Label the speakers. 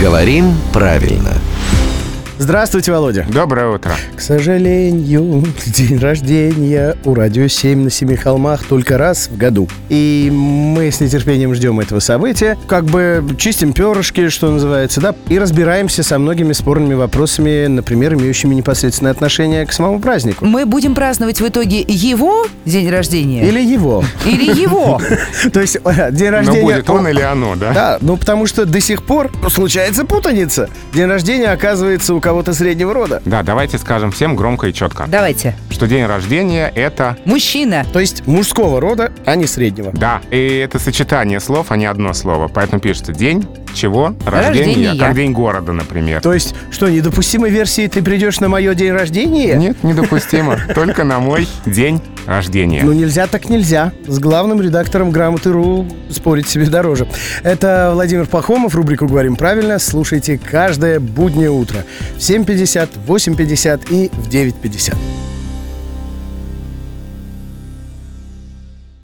Speaker 1: Говорим правильно.
Speaker 2: Здравствуйте, Володя.
Speaker 3: Доброе утро.
Speaker 2: К сожалению, день рождения у радио 7 на Семи Холмах только раз в году. И мы с нетерпением ждем этого события. Как бы чистим перышки, что называется, да, и разбираемся со многими спорными вопросами, например, имеющими непосредственное отношение к самому празднику.
Speaker 4: Мы будем праздновать в итоге его день рождения
Speaker 2: Или его.
Speaker 4: или его.
Speaker 2: То есть э, день
Speaker 3: Ну,
Speaker 2: рождения...
Speaker 3: будет он или оно, да?
Speaker 2: Да, ну потому что до сих пор случается путаница. День рождения оказывается у кого-то среднего рода.
Speaker 3: Да, давайте скажем всем громко и четко,
Speaker 4: Давайте.
Speaker 3: что день рождения — это...
Speaker 4: Мужчина.
Speaker 2: То есть мужского рода, а не среднего.
Speaker 3: Да, и это сочетание слов, а не одно слово. Поэтому пишется день чего?
Speaker 4: Рождения.
Speaker 3: Рождения. Как день города, например.
Speaker 2: То есть, что, недопустимой версии ты придешь на мое день рождения?
Speaker 3: Нет, недопустимо. Только на мой день рождения.
Speaker 2: Ну нельзя так нельзя. С главным редактором «Грамоты.ру» спорить себе дороже. Это Владимир Пахомов, рубрику «Говорим правильно». Слушайте каждое буднее утро в 7.50, 8.50 и в 9.50.